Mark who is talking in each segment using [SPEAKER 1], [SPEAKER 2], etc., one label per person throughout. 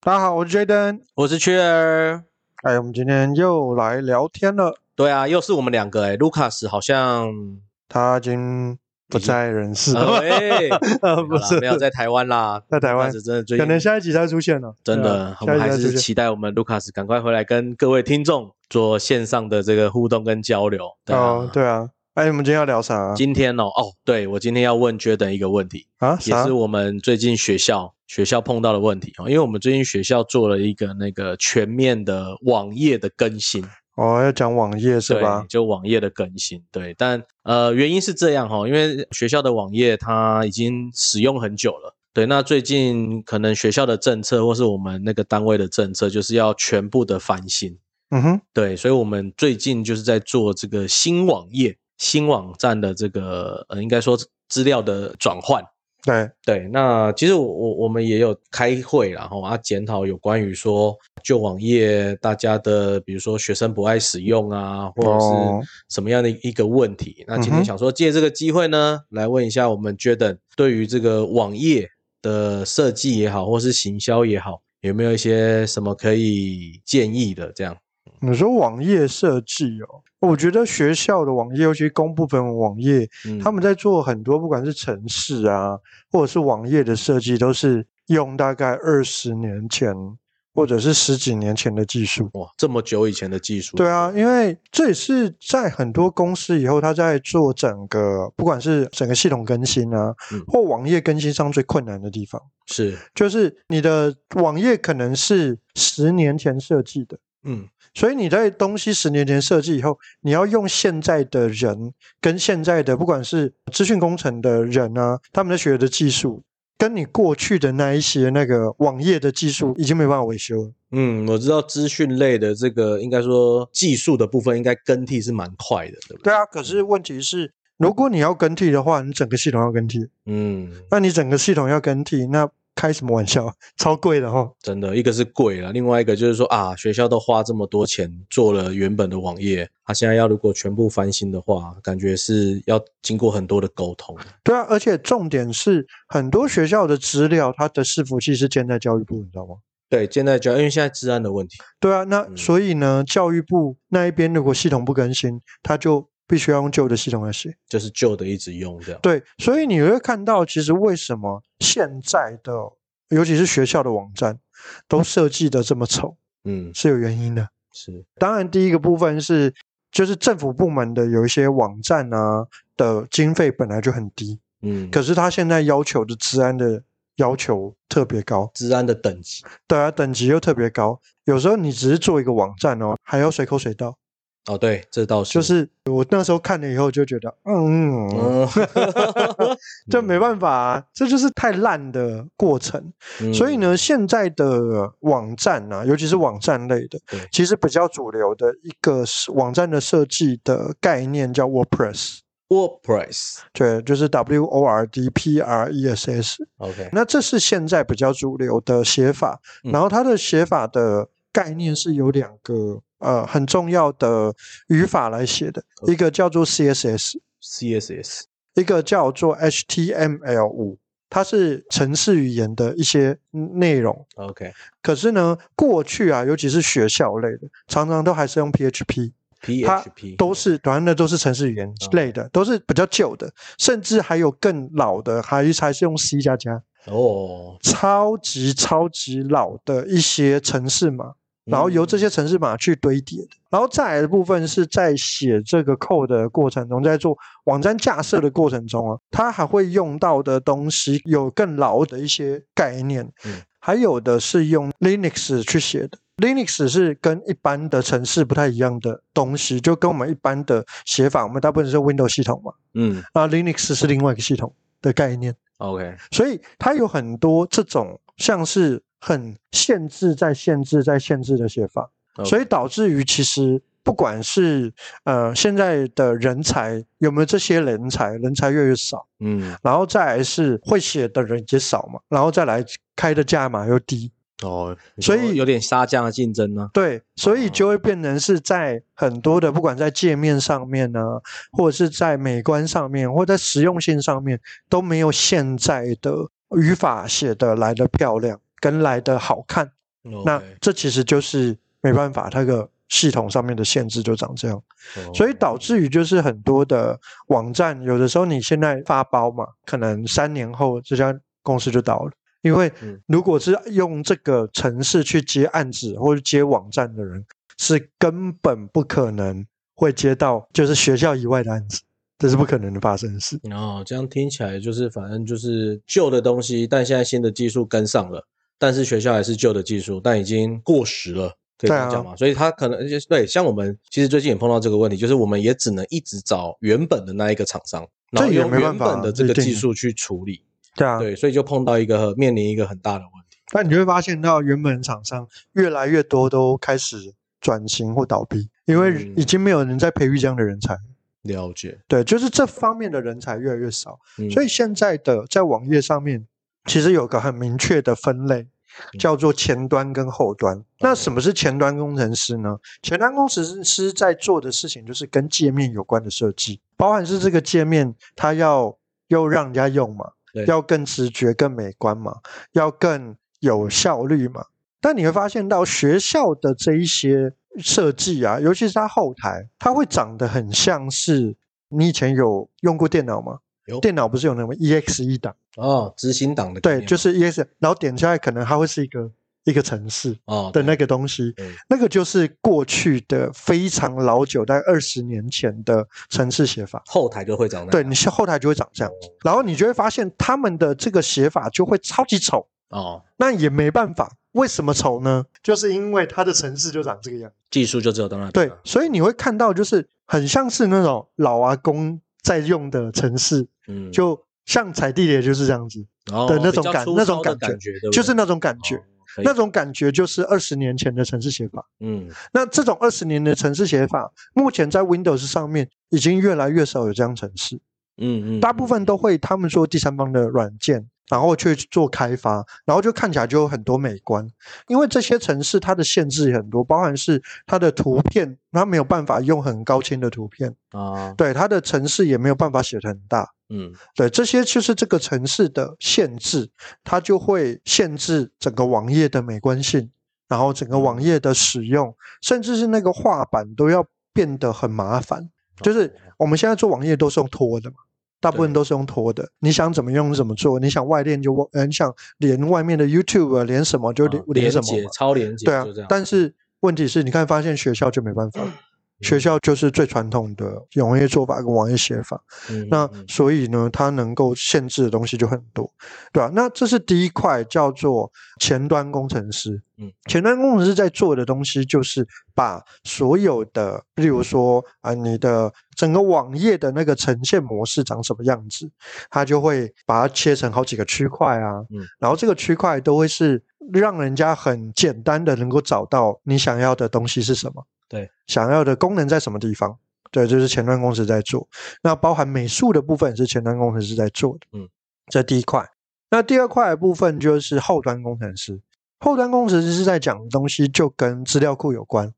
[SPEAKER 1] 大家好，我是 Jaden。
[SPEAKER 2] 我是缺儿。
[SPEAKER 1] 哎，我们今天又来聊天了。
[SPEAKER 2] 对啊，又是我们两个哎、卢卡斯好像
[SPEAKER 1] 他已经不在人世
[SPEAKER 2] 呃
[SPEAKER 1] 了，
[SPEAKER 2] 喂
[SPEAKER 1] 呃
[SPEAKER 2] 没有
[SPEAKER 1] 不
[SPEAKER 2] 啦
[SPEAKER 1] 是
[SPEAKER 2] 没有在台湾啦，
[SPEAKER 1] 在台
[SPEAKER 2] 台
[SPEAKER 1] 湾，
[SPEAKER 2] 是真的最
[SPEAKER 1] 可
[SPEAKER 2] 近
[SPEAKER 1] 能下一集才出现了。
[SPEAKER 2] 真
[SPEAKER 1] 对
[SPEAKER 2] 的
[SPEAKER 1] 啊，
[SPEAKER 2] 我
[SPEAKER 1] 下一
[SPEAKER 2] 们
[SPEAKER 1] 集
[SPEAKER 2] 还
[SPEAKER 1] 才出
[SPEAKER 2] 是
[SPEAKER 1] 现。
[SPEAKER 2] 期待我们卢卡斯赶快回来跟各位听众做线上的这个互动跟交流。对啊
[SPEAKER 1] 哦，对啊。哎，我们今天要聊啥啊？
[SPEAKER 2] 今天哦，哦，对我今天要问 Jaden 一个问题，
[SPEAKER 1] 啊
[SPEAKER 2] 也
[SPEAKER 1] 啥
[SPEAKER 2] 是？我们最近学校学校碰到的问题哦，因为我们最近学校做了一个那个全面的网页的更新，
[SPEAKER 1] 哦，要讲网页是
[SPEAKER 2] 对，
[SPEAKER 1] 吧？
[SPEAKER 2] 就网页的更新，对，但呃，原因是这样哈、因为学校的网页它已经使用很久了。对，那最近可能学校的政策或是我们那个单位的政策，就是要全部的翻新。
[SPEAKER 1] 嗯哼，
[SPEAKER 2] 对，所以我们最近就是在做这个新网页、新网站的这个呃，应该说资料的转换。
[SPEAKER 1] 对，
[SPEAKER 2] 对，那其实我我我们也有开会啦，然后啊检讨有关于说旧网页大家的，比如说学生不爱使用啊，或者
[SPEAKER 1] 哦
[SPEAKER 2] 是什么样的一个问题。那
[SPEAKER 1] 嗯
[SPEAKER 2] 今
[SPEAKER 1] 哼
[SPEAKER 2] 天想说借这个机会呢，来问一下我们 Jaden 对于这个网页的设计也好，或是行销也好，有没有一些什么可以建议的？这样，
[SPEAKER 1] 你说网页设计哦，我觉得学校的网页，尤其公部门网页，
[SPEAKER 2] 嗯
[SPEAKER 1] 他们在做很多，不管是城市啊，或者是网页的设计，都是用大概二十年前或者是十几年前的技术。
[SPEAKER 2] 哇这么久以前的技术，
[SPEAKER 1] 对啊，因为这也是在很多公司以后，他在做整个不管是整个系统更新啊，
[SPEAKER 2] 嗯
[SPEAKER 1] 或网页更新上最困难的地方，
[SPEAKER 2] 是，
[SPEAKER 1] 就是你的网页可能是十年前设计的。
[SPEAKER 2] 嗯，
[SPEAKER 1] 所以你在东西十年前设计以后，你要用现在的人跟现在的不管是资讯工程的人啊，他们在学的技术，跟你过去的那一些那个网页的技术已经没办法维修了。
[SPEAKER 2] 嗯，我知道资讯类的这个应该说技术的部分应该更替是蛮快的，对不对？
[SPEAKER 1] 对啊，可是问题是，如果你要更替的话，你整个系统要更替，
[SPEAKER 2] 嗯，
[SPEAKER 1] 那你整个系统要更替，那开什么玩笑？ 超贵的哦哈。
[SPEAKER 2] 真的，一个是贵了，另外一个就是说啊，学校都花这么多钱做了原本的网页，他、现在要如果全部翻新的话，感觉是要经过很多的沟通。
[SPEAKER 1] 对啊，而且重点是，很多学校的资料，它的伺服器是建在教育部，你知道吗？
[SPEAKER 2] 对，现在就因为现在治安的问题，
[SPEAKER 1] 对啊，那
[SPEAKER 2] 嗯
[SPEAKER 1] 所以呢，教育部那一边如果系统不更新，他就必须要用旧的系统来写。
[SPEAKER 2] 就是旧的一直用这样。
[SPEAKER 1] 对，所以你会看到，其实为什么现在的，尤其是学校的网站，都设计的这么丑，
[SPEAKER 2] 嗯，
[SPEAKER 1] 是有原因的。
[SPEAKER 2] 是，
[SPEAKER 1] 当然，第一个部分是，就是政府部门的有一些网站啊的经费本来就很低，
[SPEAKER 2] 嗯，
[SPEAKER 1] 可是他现在要求的治安的要求特别高，
[SPEAKER 2] 治安的等级
[SPEAKER 1] 对啊，等级又特别高，有时候你只是做一个网站哦，还要随口随到。
[SPEAKER 2] 哦，对，这倒是，
[SPEAKER 1] 就是我那时候看了以后就觉得，嗯，
[SPEAKER 2] 嗯，
[SPEAKER 1] 这没办法、啊，这就是太烂的过程。
[SPEAKER 2] 嗯
[SPEAKER 1] 所以，呢，现在的网站啊，尤其是网站类的
[SPEAKER 2] 对，
[SPEAKER 1] 其实比较主流的一个是网站的设计的概念叫 WordPress，
[SPEAKER 2] 嗯 WordPress。
[SPEAKER 1] 对，就是 W O R D P R E S S。
[SPEAKER 2] OK，
[SPEAKER 1] 那这是现在比较主流的写法，
[SPEAKER 2] 嗯
[SPEAKER 1] 然后它的写法的概念是有两个呃很重要的语法来写的，
[SPEAKER 2] 嗯
[SPEAKER 1] 一个叫做 CSS。
[SPEAKER 2] CSS，
[SPEAKER 1] 一个叫做 HTML 五，它是程式语言的一些内容。
[SPEAKER 2] OK，
[SPEAKER 1] 可是呢，过去啊，尤其是学校类的，常常都还是用 PHP，它
[SPEAKER 2] PHP
[SPEAKER 1] 都是反正那都是程式语言类的，都是比较旧的，甚至还有更老的，还还是用 C 加加，
[SPEAKER 2] 哦，
[SPEAKER 1] 超级超级老的一些程式码，然后由这
[SPEAKER 2] 嗯
[SPEAKER 1] 些程式码去堆叠的。然后再来的部分是在写这个 code 的过程中，在做网站架设的过程中啊，它还会用到的东西有更老的一些概念，
[SPEAKER 2] 嗯
[SPEAKER 1] 还有的是用 Linux 去写的。Linux 是跟一般的程式不太一样的东西，就跟我们一般的写法，我们大部分是 Windows 系统嘛，
[SPEAKER 2] 嗯
[SPEAKER 1] 啊，Linux 是另外一个系统的概念。
[SPEAKER 2] ，OK，
[SPEAKER 1] 所以它有很多这种像是很限制、再限制、再限制的写法，
[SPEAKER 2] 嗯
[SPEAKER 1] 所以导致于其实不管是呃现在的人才有没有这些人才，人才越来越少，
[SPEAKER 2] 嗯
[SPEAKER 1] 然后再来是会写的人也少嘛，然后再来开的价码又低，
[SPEAKER 2] 哦，你
[SPEAKER 1] 所
[SPEAKER 2] 说
[SPEAKER 1] 以
[SPEAKER 2] 有点杀价的竞争呢、
[SPEAKER 1] 对，所以就
[SPEAKER 2] 哦
[SPEAKER 1] 会变成是在很多的，不管在界面上面呢，或者是在美观上面，或者在实用性上面，都没有现在的语法写的来的漂亮，跟来的好看。那
[SPEAKER 2] OK，
[SPEAKER 1] 这其实就是没办法，它个系统上面的限制就长这样，
[SPEAKER 2] 哦
[SPEAKER 1] 所以导致于就是很多的网站，有的时候你现在发包嘛，可能三年后这家公司就倒了。因为
[SPEAKER 2] 嗯
[SPEAKER 1] 如果是用这个城市去接案子或者接网站的人，是根本不可能会接到就是学校以外的案子，这是不可能的发生的事。
[SPEAKER 2] 哦，这样听起来就是反正就是旧的东西，但现在新的技术跟上了，但是学校还是旧的技术，但已经过时了，可以这
[SPEAKER 1] 对
[SPEAKER 2] 样
[SPEAKER 1] 啊
[SPEAKER 2] 讲嘛？所以他可能就是对，像我们其实最近也碰到这个问题，就是我们也只能一直找原本的那一个厂商，然后
[SPEAKER 1] 这也
[SPEAKER 2] 用
[SPEAKER 1] 没办
[SPEAKER 2] 原
[SPEAKER 1] 法啊
[SPEAKER 2] 本的这个
[SPEAKER 1] 这一定
[SPEAKER 2] 技术去处理，
[SPEAKER 1] 对啊，
[SPEAKER 2] 对，所以就碰到一个面临一个很大的问题。
[SPEAKER 1] 但你就会发现到原本厂商越来越多都开始转型或倒闭，因为
[SPEAKER 2] 嗯
[SPEAKER 1] 已经没有人在培育这样的人才。
[SPEAKER 2] 了解，
[SPEAKER 1] 对，就是这方面的人才越来越少，
[SPEAKER 2] 嗯
[SPEAKER 1] 所以现在的在网页上面其实有个很明确的分类，
[SPEAKER 2] 嗯
[SPEAKER 1] 叫做前端跟后端。那什么是前端工程师呢？前端工程师在做的事情就是跟界面有关的设计，包含是这个界面它要又让人家用嘛
[SPEAKER 2] 对，
[SPEAKER 1] 要更直觉、更美观嘛，要更有效率嘛。但你会发现到学校的这一些设计啊，尤其是它后台，它会长得很像是你以前有用过电脑吗
[SPEAKER 2] 有？
[SPEAKER 1] 电脑不是有那么 EXE 档？
[SPEAKER 2] 哦，执行党的概
[SPEAKER 1] 对，
[SPEAKER 2] 念
[SPEAKER 1] 就
[SPEAKER 2] 嘛
[SPEAKER 1] 是 EXE，然后点下来可能它会是一个一个城市
[SPEAKER 2] 哦
[SPEAKER 1] 的那个东西
[SPEAKER 2] 对，
[SPEAKER 1] 那个就是过去的非常老久，在二十年前的城市写法。
[SPEAKER 2] 后台就会长那
[SPEAKER 1] 对，
[SPEAKER 2] 样
[SPEAKER 1] 你是后台就会长这样，
[SPEAKER 2] 哦
[SPEAKER 1] 然后你就会发现他们的这个写法就会超级丑，
[SPEAKER 2] 哦，
[SPEAKER 1] 那也没办法。为什么丑呢？就是因为它的城市就长这个样。
[SPEAKER 2] 技术就只有到那边
[SPEAKER 1] 对
[SPEAKER 2] 了，
[SPEAKER 1] 所以你会看到，就是很像是那种老阿公在用的城市，
[SPEAKER 2] 嗯哦
[SPEAKER 1] 就像踩地雷就是这样子，
[SPEAKER 2] 的
[SPEAKER 1] 的那种感那种感觉
[SPEAKER 2] 觉，对不
[SPEAKER 1] 就是
[SPEAKER 2] 对
[SPEAKER 1] 那种感觉。
[SPEAKER 2] 哦可以
[SPEAKER 1] 那种感觉就是二十年前的城市写法。
[SPEAKER 2] 嗯
[SPEAKER 1] 那这种二十年的城市写法，目前在 Windows 上面已经越来越少有这样城市，
[SPEAKER 2] 嗯嗯，
[SPEAKER 1] 大部分都会他们说第三方的软件，然后去做开发，然后就看起来就有很多美观。因为这些城市它的限制也很多，包含是它的图片，它没有办法用很高清的图片，
[SPEAKER 2] 啊，
[SPEAKER 1] 对它的城市也没有办法写得很大。
[SPEAKER 2] 嗯
[SPEAKER 1] 对，这些就是这个城市的限制，它就会限制整个网页的美观性，然后整个
[SPEAKER 2] 嗯
[SPEAKER 1] 网页的使用，甚至是那个画板都要变得很麻烦。
[SPEAKER 2] 哦
[SPEAKER 1] 就是我们现在做网页都是用拖的嘛，大部分
[SPEAKER 2] 对
[SPEAKER 1] 都是用拖的。你想怎么用怎么做，你想外链就外，呃，你想连外面的 YouTube 啊连什么就连、
[SPEAKER 2] 啊
[SPEAKER 1] 连
[SPEAKER 2] 连
[SPEAKER 1] 什么
[SPEAKER 2] 接
[SPEAKER 1] 嘛，
[SPEAKER 2] 超连接，
[SPEAKER 1] 对啊
[SPEAKER 2] 就这样。。
[SPEAKER 1] 但是问题是，你看发现学校就没办法，
[SPEAKER 2] 嗯
[SPEAKER 1] 学校就是最传统的网页做法跟网页写法。
[SPEAKER 2] 嗯
[SPEAKER 1] 那
[SPEAKER 2] 嗯
[SPEAKER 1] 所以呢，它能够限制的东西就很多，对吧、啊那这是第一块，叫做前端工程师。
[SPEAKER 2] 嗯，
[SPEAKER 1] 前端工程师在做的东西就是把所有的，例如说啊、你的整个网页的那个呈现模式长什么样子，它就会把它切成好几个区块啊，
[SPEAKER 2] 嗯，
[SPEAKER 1] 然后这个区块都会是让人家很简单的能够找到你想要的东西是什么，
[SPEAKER 2] 对，
[SPEAKER 1] 想要的功能在什么地方。对，这是前端工程师在做。那包含美术的部分也是前端工程师在做的，
[SPEAKER 2] 嗯，
[SPEAKER 1] 这第一块。那第二块的部分就是后端工程师，后端工程师是在讲的东西就跟资料库有关，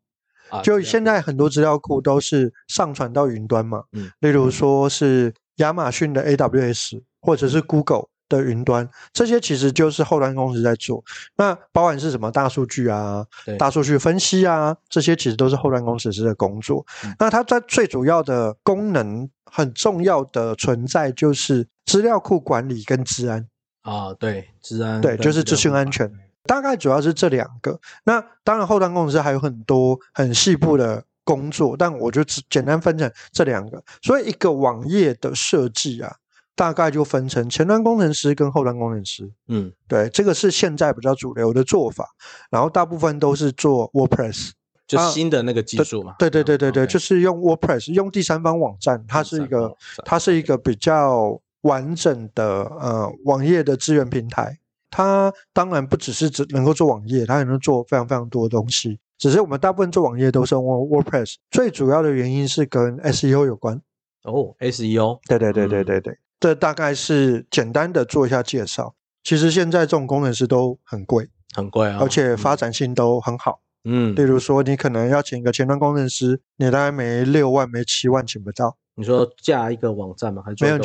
[SPEAKER 2] 啊
[SPEAKER 1] 就
[SPEAKER 2] 这样
[SPEAKER 1] 现在很多资料库都是上传到云端嘛，
[SPEAKER 2] 嗯，
[SPEAKER 1] 例如说是亚马逊的 AWS 或者
[SPEAKER 2] 嗯
[SPEAKER 1] 是 Google 的云端，这些其实就是后端公司在做。那包含是什么大数据啊
[SPEAKER 2] 对、
[SPEAKER 1] 大数据分析啊，这些其实都是后端工程师的工作。
[SPEAKER 2] 嗯
[SPEAKER 1] 那它在最主要的功能很重要的存在就是资料库管理跟治安。
[SPEAKER 2] 啊，对，治安
[SPEAKER 1] 对
[SPEAKER 2] 跟
[SPEAKER 1] 就是资
[SPEAKER 2] 治
[SPEAKER 1] 讯
[SPEAKER 2] 安
[SPEAKER 1] 安全大概主要是这两个。那当然，后端工程师还有很多很细部的工作，但我就只简单分成这两个。所以，一个网页的设计啊，大概就分成前端工程师跟后端工程师。
[SPEAKER 2] 嗯
[SPEAKER 1] 对，这个是现在比较主流的做法，然后大部分都是做 WordPress。
[SPEAKER 2] 就
[SPEAKER 1] 啊
[SPEAKER 2] 新的那个技术嘛。
[SPEAKER 1] 对对对对对，就是是用 WordPress，用第三方网站，它是一个，它是一个比较完整的呃网页的资源平台。它当然不只是只能够做网页，它也能做非常非常多的东西。只是我们大部分做网页都是
[SPEAKER 2] 嗯
[SPEAKER 1] 用 WordPress，最主要的原因是跟 SEO 有关。
[SPEAKER 2] 哦 SEO
[SPEAKER 1] 对对对对
[SPEAKER 2] 嗯
[SPEAKER 1] 对对，这大概是简单的做一下介绍。其实现在这种工程师都很贵，
[SPEAKER 2] 很贵啊，
[SPEAKER 1] 而且发
[SPEAKER 2] 嗯
[SPEAKER 1] 展性都很好。
[SPEAKER 2] 嗯
[SPEAKER 1] 例如说，你可能要请一个前端工程师，你大概没六万、没七万请不到。
[SPEAKER 2] 你说架一个网站吗？还是做
[SPEAKER 1] 没有
[SPEAKER 2] 一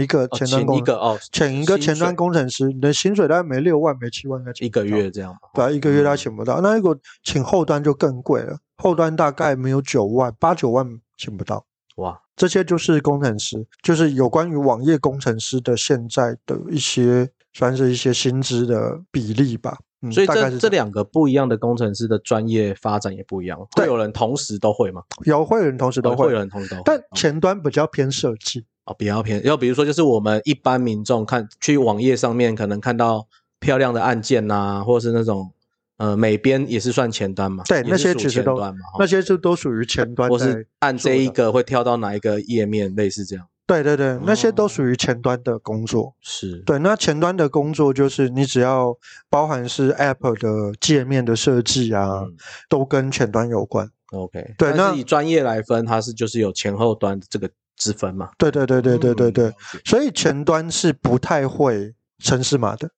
[SPEAKER 1] 你
[SPEAKER 2] 个
[SPEAKER 1] 就
[SPEAKER 2] 网站
[SPEAKER 1] 请一个前端
[SPEAKER 2] 哦请
[SPEAKER 1] 工
[SPEAKER 2] 一个哦，
[SPEAKER 1] 请一个前端
[SPEAKER 2] 薪水
[SPEAKER 1] 工程师，你的薪水大概没六万没七万应该请
[SPEAKER 2] 一个
[SPEAKER 1] 不到
[SPEAKER 2] 月这嗯样吧。
[SPEAKER 1] 对啊，一个月他请不到。那如果请后端就更贵了，后端大概没有九万，八九万请不到。
[SPEAKER 2] 哇，
[SPEAKER 1] 这些就是工程师，就是有关于网页工程师的现在的一些，算是一些薪资的比例吧。嗯，
[SPEAKER 2] 所以
[SPEAKER 1] 大概
[SPEAKER 2] 这
[SPEAKER 1] 是
[SPEAKER 2] 这
[SPEAKER 1] 样
[SPEAKER 2] 两个不一样的工程师的专业发展也不一样，会
[SPEAKER 1] 对
[SPEAKER 2] 有人同时都会吗？
[SPEAKER 1] 有会有人同时都
[SPEAKER 2] 哦
[SPEAKER 1] 会，
[SPEAKER 2] 会有人同时都会，
[SPEAKER 1] 但
[SPEAKER 2] 哦
[SPEAKER 1] 前端比较偏设计，
[SPEAKER 2] 哦，比较偏，要比如说就是我们一般民众看去网页上面可能看到漂亮的按键呐、或者是那种呃美编也是算前端嘛，
[SPEAKER 1] 对
[SPEAKER 2] 也是
[SPEAKER 1] 那些
[SPEAKER 2] 属
[SPEAKER 1] 其实
[SPEAKER 2] 前
[SPEAKER 1] 都
[SPEAKER 2] 端嘛，哦
[SPEAKER 1] 那些就都属于前端
[SPEAKER 2] 或
[SPEAKER 1] 在
[SPEAKER 2] 是。按这一
[SPEAKER 1] 做
[SPEAKER 2] 个会跳到哪一个页面，类似这样。
[SPEAKER 1] 对对对，那些
[SPEAKER 2] 哦
[SPEAKER 1] 都属于前端的工作。
[SPEAKER 2] 是，
[SPEAKER 1] 对，那前端的工作就是你只要包含是 App 的界面的设计啊，
[SPEAKER 2] 嗯
[SPEAKER 1] 都跟前端有关。
[SPEAKER 2] ，OK，
[SPEAKER 1] 对
[SPEAKER 2] 但
[SPEAKER 1] 那
[SPEAKER 2] 是以专业来分，它是就是有前后端这个之分嘛。
[SPEAKER 1] 对对对对对对
[SPEAKER 2] 嗯
[SPEAKER 1] 对，
[SPEAKER 2] 了解
[SPEAKER 1] 所以前端是不太会城市码的，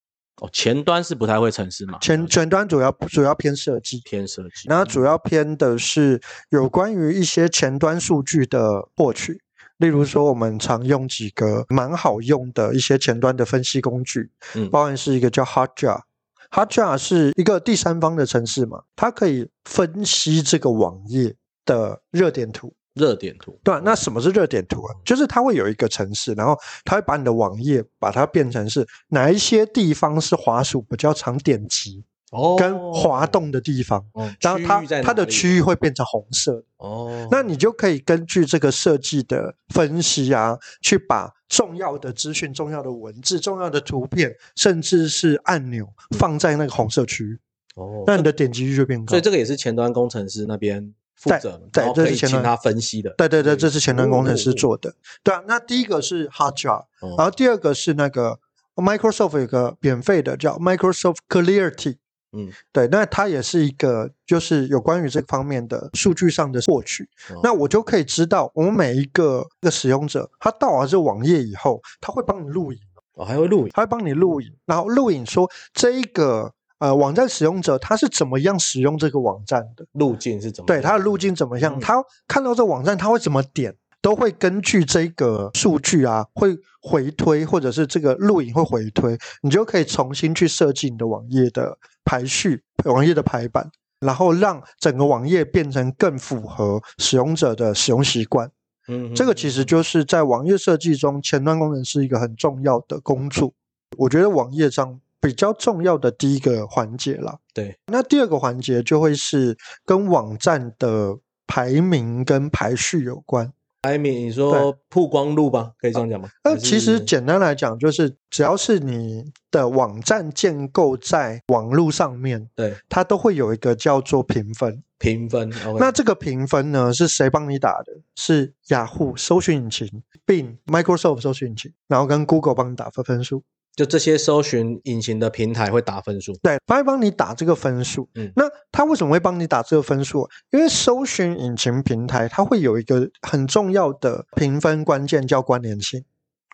[SPEAKER 2] 哦，前端是不太会程式嘛，
[SPEAKER 1] 前
[SPEAKER 2] 了解
[SPEAKER 1] 前端主要主要偏设计，
[SPEAKER 2] 偏设计，嗯
[SPEAKER 1] 然后主要偏的是有关于一些前端数据的获取。例如说，我们常用几个蛮好用的一些前端的分析工具，
[SPEAKER 2] 嗯
[SPEAKER 1] 包含是一个叫 Hotjar。Hotjar 是一个第三方的城市嘛，它可以分析这个网页的热点图。
[SPEAKER 2] 热点图，
[SPEAKER 1] 对、啊，那什么是热点图啊？就是它会有一个城市，然后它会把你的网页把它变成是哪一些地方是滑鼠比较常点击
[SPEAKER 2] 哦
[SPEAKER 1] 跟滑动的地方，
[SPEAKER 2] 哦，
[SPEAKER 1] 然后它
[SPEAKER 2] 区域在
[SPEAKER 1] 它的
[SPEAKER 2] 哪里
[SPEAKER 1] 区域会变成红色的。
[SPEAKER 2] 哦，
[SPEAKER 1] 那你就可以根据这个设计的分析啊，去把重要的资讯、重要的文字、重要的图片，甚至是按钮放在那个红色区域，
[SPEAKER 2] 哦，
[SPEAKER 1] 那你的点击率就变高。
[SPEAKER 2] 所以这个也是前端工程师那边负责嘛，
[SPEAKER 1] 对
[SPEAKER 2] 然后
[SPEAKER 1] 对这
[SPEAKER 2] 可以
[SPEAKER 1] 是前
[SPEAKER 2] 请
[SPEAKER 1] 端
[SPEAKER 2] 他分析的。
[SPEAKER 1] 对对对，这是前端工程师
[SPEAKER 2] 哦
[SPEAKER 1] 做的。对啊，那第一个是 Hotjar，
[SPEAKER 2] 哦
[SPEAKER 1] 然后第二个是那个 Microsoft 有个免费的叫 Microsoft Clarity。
[SPEAKER 2] 嗯，
[SPEAKER 1] 对，那它也是一个，就是有关于这方面的数据上的获取。
[SPEAKER 2] 哦
[SPEAKER 1] 那我就可以知道，我们每一个这个使用者，他到了这网页以后，他会帮你录影，
[SPEAKER 2] 哦还会录影
[SPEAKER 1] 他会帮你录影，然后录影说这一个呃网站使用者他是怎么样使用这个网站的，
[SPEAKER 2] 路径是怎么样？
[SPEAKER 1] 对它的路径怎么样？
[SPEAKER 2] 嗯
[SPEAKER 1] 它看到这网站，它会怎么点？都会根据这个数据啊，会回推，或者是这个录影会回推，你就可以重新去设计你的网页的排序、网页的排版，然后让整个网页变成更符合使用者的使用习惯。
[SPEAKER 2] 嗯，嗯
[SPEAKER 1] 这个其实就是在网页设计中，前端工程是一个很重要的工作。我觉得网页上比较重要的第一个环节啦。
[SPEAKER 2] 对，
[SPEAKER 1] 那第二个环节就会是跟网站的排名跟排序有关。
[SPEAKER 2] 艾米，你说曝光路吧，可以这样讲吗？
[SPEAKER 1] 那
[SPEAKER 2] 还
[SPEAKER 1] 呃其实
[SPEAKER 2] 是
[SPEAKER 1] 简单来讲，就是只要是你的网站建构在网络上面，
[SPEAKER 2] 对
[SPEAKER 1] 它都会有一个叫做评分。
[SPEAKER 2] 评分，OK，
[SPEAKER 1] 那这个评分呢，是谁帮你打的？是雅虎搜寻引擎，并 Microsoft 搜寻引擎，然后跟 Google 帮你打分分数。
[SPEAKER 2] 就这些搜寻引擎的平台会打分数，
[SPEAKER 1] 对，他会帮你打这个分数。
[SPEAKER 2] 嗯
[SPEAKER 1] 那他为什么会帮你打这个分数？啊因为搜寻引擎平台它会有一个很重要的评分关键叫关联性。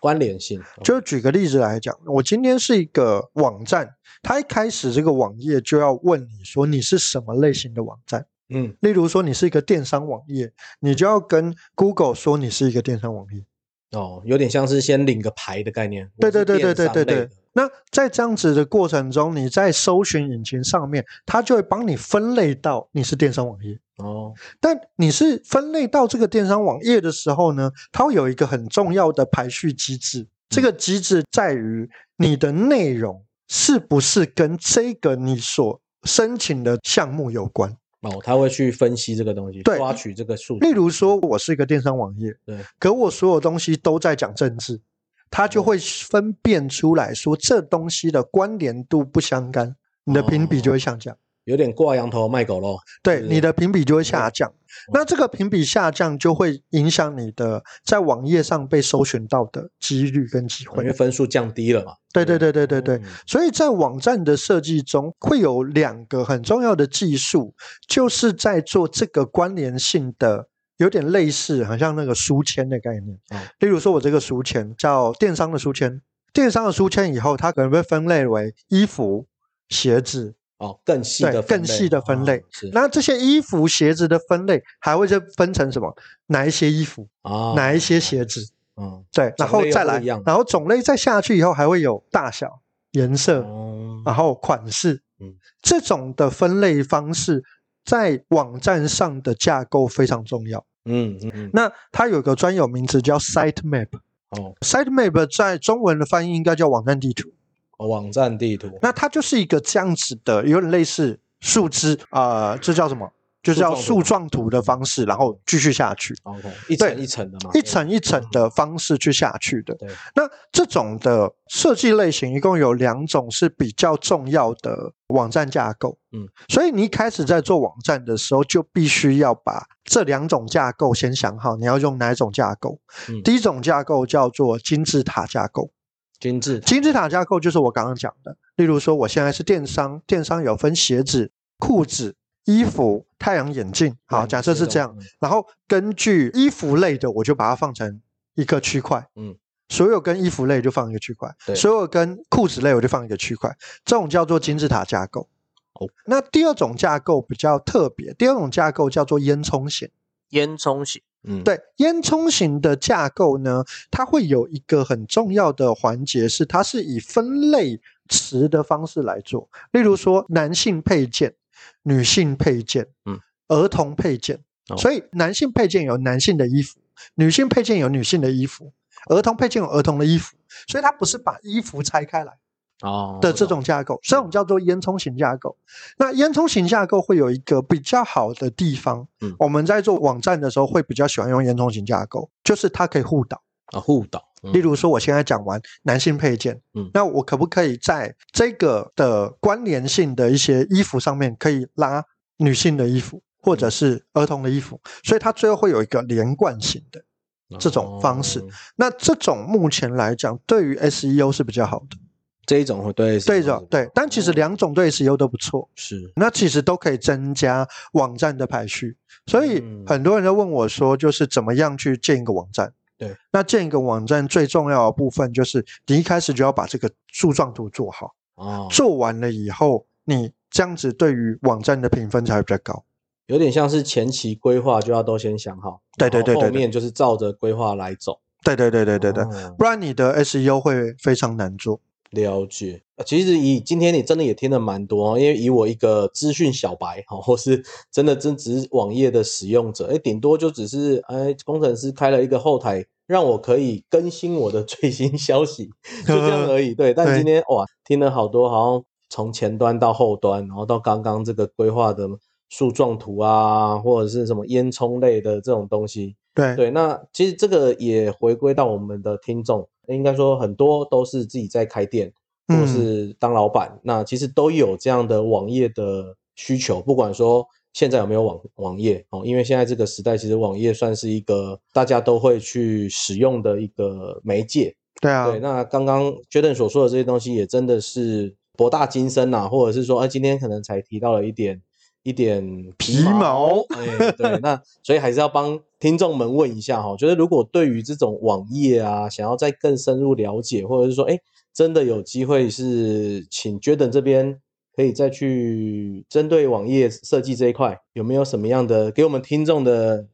[SPEAKER 2] 关联性
[SPEAKER 1] 就举个例子来讲，我今天是一个网站，它一开始这个网页就要问你说你是什么类型的网站。
[SPEAKER 2] 嗯
[SPEAKER 1] 例如说你是一个电商网页，你就要跟 Google 说你是一个电商网页。
[SPEAKER 2] 哦，有点像是先领个牌的概念，
[SPEAKER 1] 对对对对对
[SPEAKER 2] 我
[SPEAKER 1] 对
[SPEAKER 2] 是电商
[SPEAKER 1] 对
[SPEAKER 2] 类的。
[SPEAKER 1] 那在这样子的过程中，你在搜寻引擎上面，它就会帮你分类到你是电商网页。
[SPEAKER 2] 哦，
[SPEAKER 1] 但你是分类到这个电商网页的时候呢，它会有一个很重要的排序机制。这个机制在于你的内容是不是跟这个你所申请的项目有关。
[SPEAKER 2] 哦，他会去分析这个东西，
[SPEAKER 1] 对
[SPEAKER 2] 抓取这个数据，
[SPEAKER 1] 例如说，我是一个电商网页，
[SPEAKER 2] 对，
[SPEAKER 1] 可我所有东西都在讲政治，它就会分辨出来说这东西的关联度不相干，你的评比就会下降。
[SPEAKER 2] 有点挂羊头卖狗肉，
[SPEAKER 1] 对，
[SPEAKER 2] 是
[SPEAKER 1] 你的评比就会下降。那这个评比下降就会影响你的在网页上被搜寻到的几率跟机
[SPEAKER 2] 因为
[SPEAKER 1] 会。
[SPEAKER 2] 分数降低了嘛。
[SPEAKER 1] 对对对对对对
[SPEAKER 2] 嗯。，
[SPEAKER 1] 所以在网站的设计中，会有两个很重要的技术，就是在做这个关联性的，有点类似，很像那个书签的概念。
[SPEAKER 2] 哦
[SPEAKER 1] 例如说，我这个书签叫电商的书签，电商的书签以后，它可能被分类为衣服、鞋子、
[SPEAKER 2] 哦，更细
[SPEAKER 1] 对
[SPEAKER 2] 的
[SPEAKER 1] 更细的分类
[SPEAKER 2] 哦是
[SPEAKER 1] 那这些衣服、鞋子的分类还会再分成什么？哪一些衣服，
[SPEAKER 2] 啊
[SPEAKER 1] 哪一些鞋子？
[SPEAKER 2] 嗯
[SPEAKER 1] 对，然后
[SPEAKER 2] 种类又
[SPEAKER 1] 再
[SPEAKER 2] 不
[SPEAKER 1] 来
[SPEAKER 2] 一样，
[SPEAKER 1] 然后种类再下去以后，还会有大小、颜色，
[SPEAKER 2] 哦
[SPEAKER 1] 然后款式，
[SPEAKER 2] 嗯
[SPEAKER 1] 这种的分类方式在网站上的架构非常重要。
[SPEAKER 2] 嗯嗯嗯
[SPEAKER 1] 那它有个专有名词叫 site map。
[SPEAKER 2] 哦
[SPEAKER 1] Site map 在中文的翻译应该叫网站地图，
[SPEAKER 2] 哦网站地图
[SPEAKER 1] 那它就是一个这样子的，有点类似树枝啊、呃这叫什么？就叫树
[SPEAKER 2] 树
[SPEAKER 1] 状图的方式，然后继续下去，
[SPEAKER 2] ，OK，一哦层一层的嘛，
[SPEAKER 1] 一层一层的方式去下去的。
[SPEAKER 2] 嗯对，
[SPEAKER 1] 那这种的设计类型一共有两种是比较重要的网站架构。
[SPEAKER 2] 嗯，
[SPEAKER 1] 所以你一开始在做网站的时候，就必须要把这两种架构先想好，你要用哪一种架构。
[SPEAKER 2] 嗯
[SPEAKER 1] 第一种架构叫做金字塔架构，
[SPEAKER 2] 金字塔
[SPEAKER 1] 金字塔架构就是我刚刚讲的，例如说我现在是电商，电商有分鞋子、裤子、衣服、太阳眼镜，好，
[SPEAKER 2] 嗯
[SPEAKER 1] 假设是这样，然后根据衣服类的，我就把它放成一个区块，
[SPEAKER 2] 嗯，
[SPEAKER 1] 所有跟衣服类就放一个区块，
[SPEAKER 2] 对
[SPEAKER 1] 所有跟裤子类我就放一个区块，这种叫做金字塔架构。
[SPEAKER 2] 哦
[SPEAKER 1] 那第二种架构比较特别，第二种架构叫做烟囱型。
[SPEAKER 2] 烟囱型，嗯，
[SPEAKER 1] 对，烟囱型的架构呢，它会有一个很重要的环节是，它是以分类词的方式来做，例如说男性配件、女性配件、
[SPEAKER 2] 嗯，
[SPEAKER 1] 儿童配件。
[SPEAKER 2] 哦
[SPEAKER 1] 所以男性配件有男性的衣服，女性配件有女性的衣服，儿童配件有儿童的衣服，所以它不是把衣服拆开来。
[SPEAKER 2] 哦
[SPEAKER 1] 的这种架构，这种叫做烟囱型架构。那烟囱型架构会有一个比较好的地方，
[SPEAKER 2] 嗯
[SPEAKER 1] 我们在做网站的时候会比较喜欢用烟囱型架构，就是它可以互导。
[SPEAKER 2] 啊互导，嗯
[SPEAKER 1] 例如说，我现在讲完男性配件，
[SPEAKER 2] 嗯
[SPEAKER 1] 那我可不可以在这个的关联性的一些衣服上面可以拉女性的衣服，或者是儿童的衣服？
[SPEAKER 2] 嗯
[SPEAKER 1] 所以它最后会有一个连贯性的。这种方式
[SPEAKER 2] 哦
[SPEAKER 1] 那这种目前来讲，对于 SEO 是比较好的，
[SPEAKER 2] 这一种会对
[SPEAKER 1] 对着对。但
[SPEAKER 2] 哦
[SPEAKER 1] 其实两种对 SEO 都不错，
[SPEAKER 2] 是
[SPEAKER 1] 那其实都可以增加网站的排序。所以
[SPEAKER 2] 嗯
[SPEAKER 1] 很多人都问我说，就是怎么样去建一个网站？
[SPEAKER 2] 对，
[SPEAKER 1] 那建一个网站最重要的部分就是你一开始就要把这个树状图做好，
[SPEAKER 2] 哦，
[SPEAKER 1] 做完了以后，你这样子对于网站的评分才会比较高。
[SPEAKER 2] 有点像是前期规划就要都先想好，
[SPEAKER 1] 对对对
[SPEAKER 2] 然后
[SPEAKER 1] 对
[SPEAKER 2] 后
[SPEAKER 1] 对
[SPEAKER 2] 面就是照着规划来走。
[SPEAKER 1] 对对对对对对，
[SPEAKER 2] 哦
[SPEAKER 1] 不然你的 SEO 会非常难做。
[SPEAKER 2] 了解，呃其实以今天你真的也听了蛮多、哦，因为以我一个资讯小白 哈、哦，或是真的真只是网页的使用者，哎，顶多就只是哎工程师开了一个后台，让我可以更新我的 最新消息，就这样而已。对，但
[SPEAKER 1] 对
[SPEAKER 2] 今天哇，听了好多，好像从前端到后端，然后到刚刚这个规划的树状图啊，或者是什么烟囱类的这种东西，
[SPEAKER 1] 对
[SPEAKER 2] 对，那其实这个也回归到我们的听众，应该说很多都是自己在开店或
[SPEAKER 1] 嗯
[SPEAKER 2] 是当老板，那其实都有这样的网页的需求，不管说现在有没有网网页哦，因为现在这个时代，其实网页算是一个大家都会去使用的一个媒介。
[SPEAKER 1] 对啊，
[SPEAKER 2] 对，那刚刚 Jaden 所说的这些东西，也真的是博大精深呐、或者是说，哎、今天可能才提到了一点一点
[SPEAKER 1] 皮
[SPEAKER 2] 皮毛
[SPEAKER 1] 毛，
[SPEAKER 2] 哎，对，那所以还是要帮听众们问一下哈、就是如果对于这种网页啊，想要再更深入了解，或者是说，哎、真的有机会是请 Jaden 这边。可以再去针对网页设计这一块，有没有什么样的给我们听众的，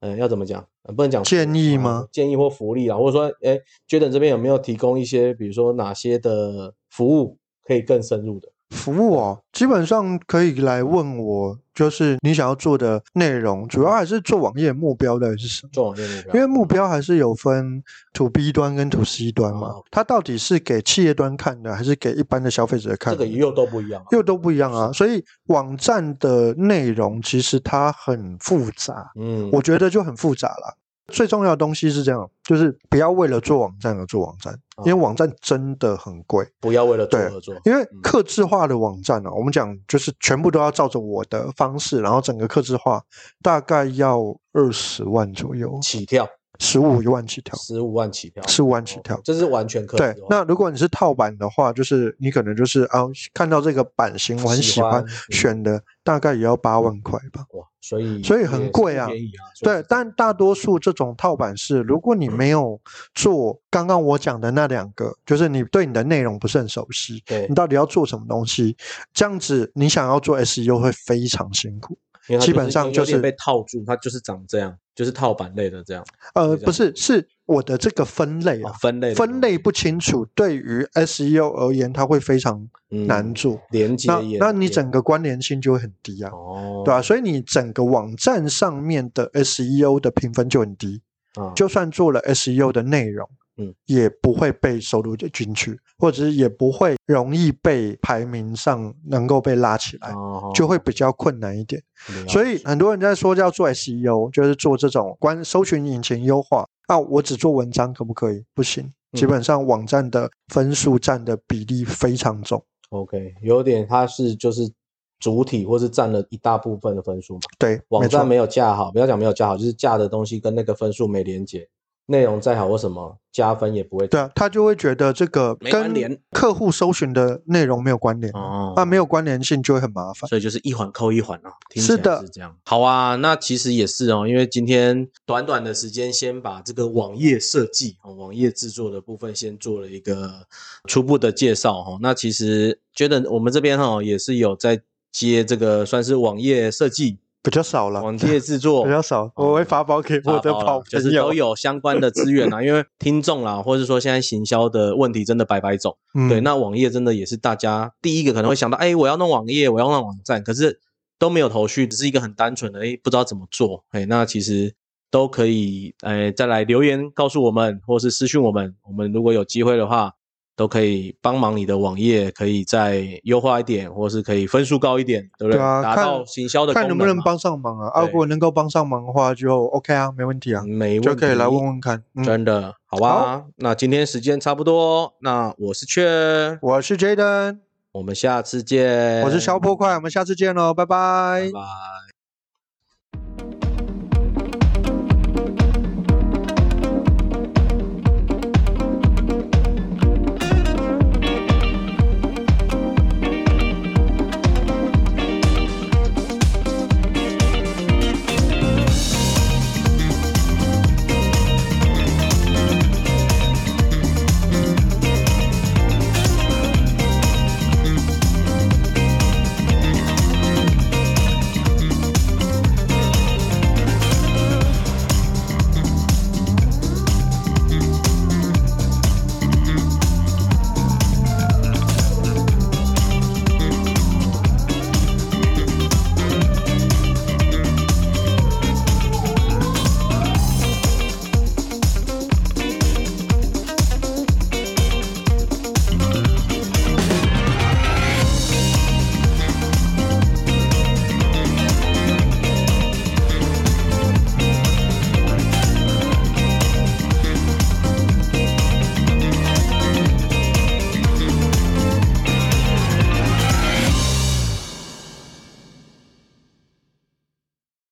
[SPEAKER 2] 呃，要怎么讲？呃不能讲
[SPEAKER 1] 建议
[SPEAKER 2] 啊
[SPEAKER 1] 吗？
[SPEAKER 2] 建议或福利啊，或者说，哎，Jaden 这边有没有提供一些，比如说哪些的服务可以更深入的？
[SPEAKER 1] 服务哦，基本上可以来问我，就是你想要做的内容，主要还是做网页目标的是什么？
[SPEAKER 2] 做网页目标，
[SPEAKER 1] 因为目标还是有分 to B 端跟 to C 端嘛
[SPEAKER 2] 哦，
[SPEAKER 1] 它到底是给企业端看的，还是给一般的消费者看
[SPEAKER 2] 这
[SPEAKER 1] 的？
[SPEAKER 2] 个又都不一样啊，
[SPEAKER 1] 又都不一样啊，所以网站的内容其实它很复杂，
[SPEAKER 2] 嗯，
[SPEAKER 1] 我觉得就很复杂了。最重要的东西是这样，就是不要为了做网站而做网站，因为
[SPEAKER 2] 哦
[SPEAKER 1] 网站真的很贵。
[SPEAKER 2] 不要为了做
[SPEAKER 1] 对
[SPEAKER 2] 而做，
[SPEAKER 1] 因为
[SPEAKER 2] 嗯
[SPEAKER 1] 客制化的网站呢、啊我们讲就是全部都要照着我
[SPEAKER 2] 嗯
[SPEAKER 1] 的方式，然后整个客制化大概要二十万左右。
[SPEAKER 2] 起跳
[SPEAKER 1] 十五一万起跳，
[SPEAKER 2] 十五万起跳，
[SPEAKER 1] 十五万起跳
[SPEAKER 2] 哦，这是完全可以的哦
[SPEAKER 1] 对，那如果你是套版的话，就是你可能就是啊，看到这个版型我很
[SPEAKER 2] 喜
[SPEAKER 1] 喜欢，
[SPEAKER 2] 欢嗯
[SPEAKER 1] 选的大概也要八万块吧。
[SPEAKER 2] 哇，所以
[SPEAKER 1] 所以很
[SPEAKER 2] 也是
[SPEAKER 1] 贵
[SPEAKER 2] 不
[SPEAKER 1] 啊
[SPEAKER 2] 便宜啊，说实
[SPEAKER 1] 对，
[SPEAKER 2] 在
[SPEAKER 1] 但大多数这种套版是，如果你没有做刚刚我讲的那两个，就是你对你的内容不是很熟悉，
[SPEAKER 2] 对
[SPEAKER 1] 你，到底要做什么东西，这样子你想要做 SEO 会非常辛苦。
[SPEAKER 2] 因为它
[SPEAKER 1] 基
[SPEAKER 2] 就
[SPEAKER 1] 本
[SPEAKER 2] 是
[SPEAKER 1] 上
[SPEAKER 2] 有
[SPEAKER 1] 就
[SPEAKER 2] 点
[SPEAKER 1] 是
[SPEAKER 2] 被套住，它就是长这样，就是套版类的这样，
[SPEAKER 1] 呃，
[SPEAKER 2] 是这
[SPEAKER 1] 不是，是我的这个分类
[SPEAKER 2] 哦
[SPEAKER 1] 啊，
[SPEAKER 2] 分类的
[SPEAKER 1] 分类不清楚，对于 SEO 而言，它会非常
[SPEAKER 2] 嗯
[SPEAKER 1] 难做。
[SPEAKER 2] 连接
[SPEAKER 1] 那
[SPEAKER 2] 也，
[SPEAKER 1] 那你
[SPEAKER 2] 也
[SPEAKER 1] 整个关联性就会很低啊，
[SPEAKER 2] 哦，
[SPEAKER 1] 对吧、所以你整个网站上面的 SEO 的评分就很低，
[SPEAKER 2] 啊，
[SPEAKER 1] 就算做了 SEO 的内容，
[SPEAKER 2] 嗯，
[SPEAKER 1] 也不会被收录进去，或者是也不会容易被排名上能够被拉起来，
[SPEAKER 2] 哦
[SPEAKER 1] 就会比较困难一点。
[SPEAKER 2] 了
[SPEAKER 1] 所以很多人在说要做 SEO，就是做这种关搜寻引擎优化。啊，我只做文章可不可以？不行，基
[SPEAKER 2] 嗯
[SPEAKER 1] 本上网站的分数占的比例非常重。
[SPEAKER 2] OK，有点它是就是主体或是占了一大部分的分数嘛。
[SPEAKER 1] 对，
[SPEAKER 2] 网
[SPEAKER 1] 没错
[SPEAKER 2] 站没有架好，不要讲没有架好，就是架的东西跟那个分数没连接，内容再好或什么加分也不会。
[SPEAKER 1] 对啊，他就会觉得这个
[SPEAKER 2] 没关
[SPEAKER 1] 跟
[SPEAKER 2] 联
[SPEAKER 1] 客户搜寻的内容没有关联，
[SPEAKER 2] 哦
[SPEAKER 1] 啊，没有关联性就会很麻烦。
[SPEAKER 2] 所以就是一环扣一环啊，听
[SPEAKER 1] 是
[SPEAKER 2] 起来
[SPEAKER 1] 的
[SPEAKER 2] 是这样。好啊，那其实也是哦，因为今天短短的时间，先把这个网页设计、哦、网页制作的部分先做了一个初步的介绍哈、哦。那其实觉得我们这边哈、哦、也是有在接这个算是网页设计、
[SPEAKER 1] 比较少了，
[SPEAKER 2] 网页制作
[SPEAKER 1] 比 较少，我会发包给我的
[SPEAKER 2] 哦打包啦
[SPEAKER 1] 好
[SPEAKER 2] 就
[SPEAKER 1] 朋
[SPEAKER 2] 是
[SPEAKER 1] 友
[SPEAKER 2] 都。有相关的资源啊，因为听众啦，或者说现在行销的问题真的百百种。
[SPEAKER 1] 嗯
[SPEAKER 2] 对，那网页真的也是大家第一个可能会想到，哎，我要弄网页，我要弄网站，可是都没有头绪，只是一个很单纯的，哎，不知道怎么做。哎，那其实都可以，哎，再来留言告诉我们，或是私讯我们，我们如果有机会的话。都可以帮忙你的网页，可以再优化一点，或是可以分数高一点，对不
[SPEAKER 1] 对啊
[SPEAKER 2] 达
[SPEAKER 1] 看
[SPEAKER 2] 到行销的功
[SPEAKER 1] 看
[SPEAKER 2] 能
[SPEAKER 1] 能不能
[SPEAKER 2] 嘛
[SPEAKER 1] 帮上忙啊？啊，
[SPEAKER 2] 对嗯
[SPEAKER 1] 如果能够帮上忙的话，就 OK 啊，没问题啊，
[SPEAKER 2] 没问题，
[SPEAKER 1] 就可以来问问看。嗯，
[SPEAKER 2] 真的，好吧，那今天时间差不多哦，那我是雀，
[SPEAKER 1] 我是 Jaden，
[SPEAKER 2] 我们下次见，
[SPEAKER 1] 我是小波快，我们下次见喽，拜拜
[SPEAKER 2] 拜。拜。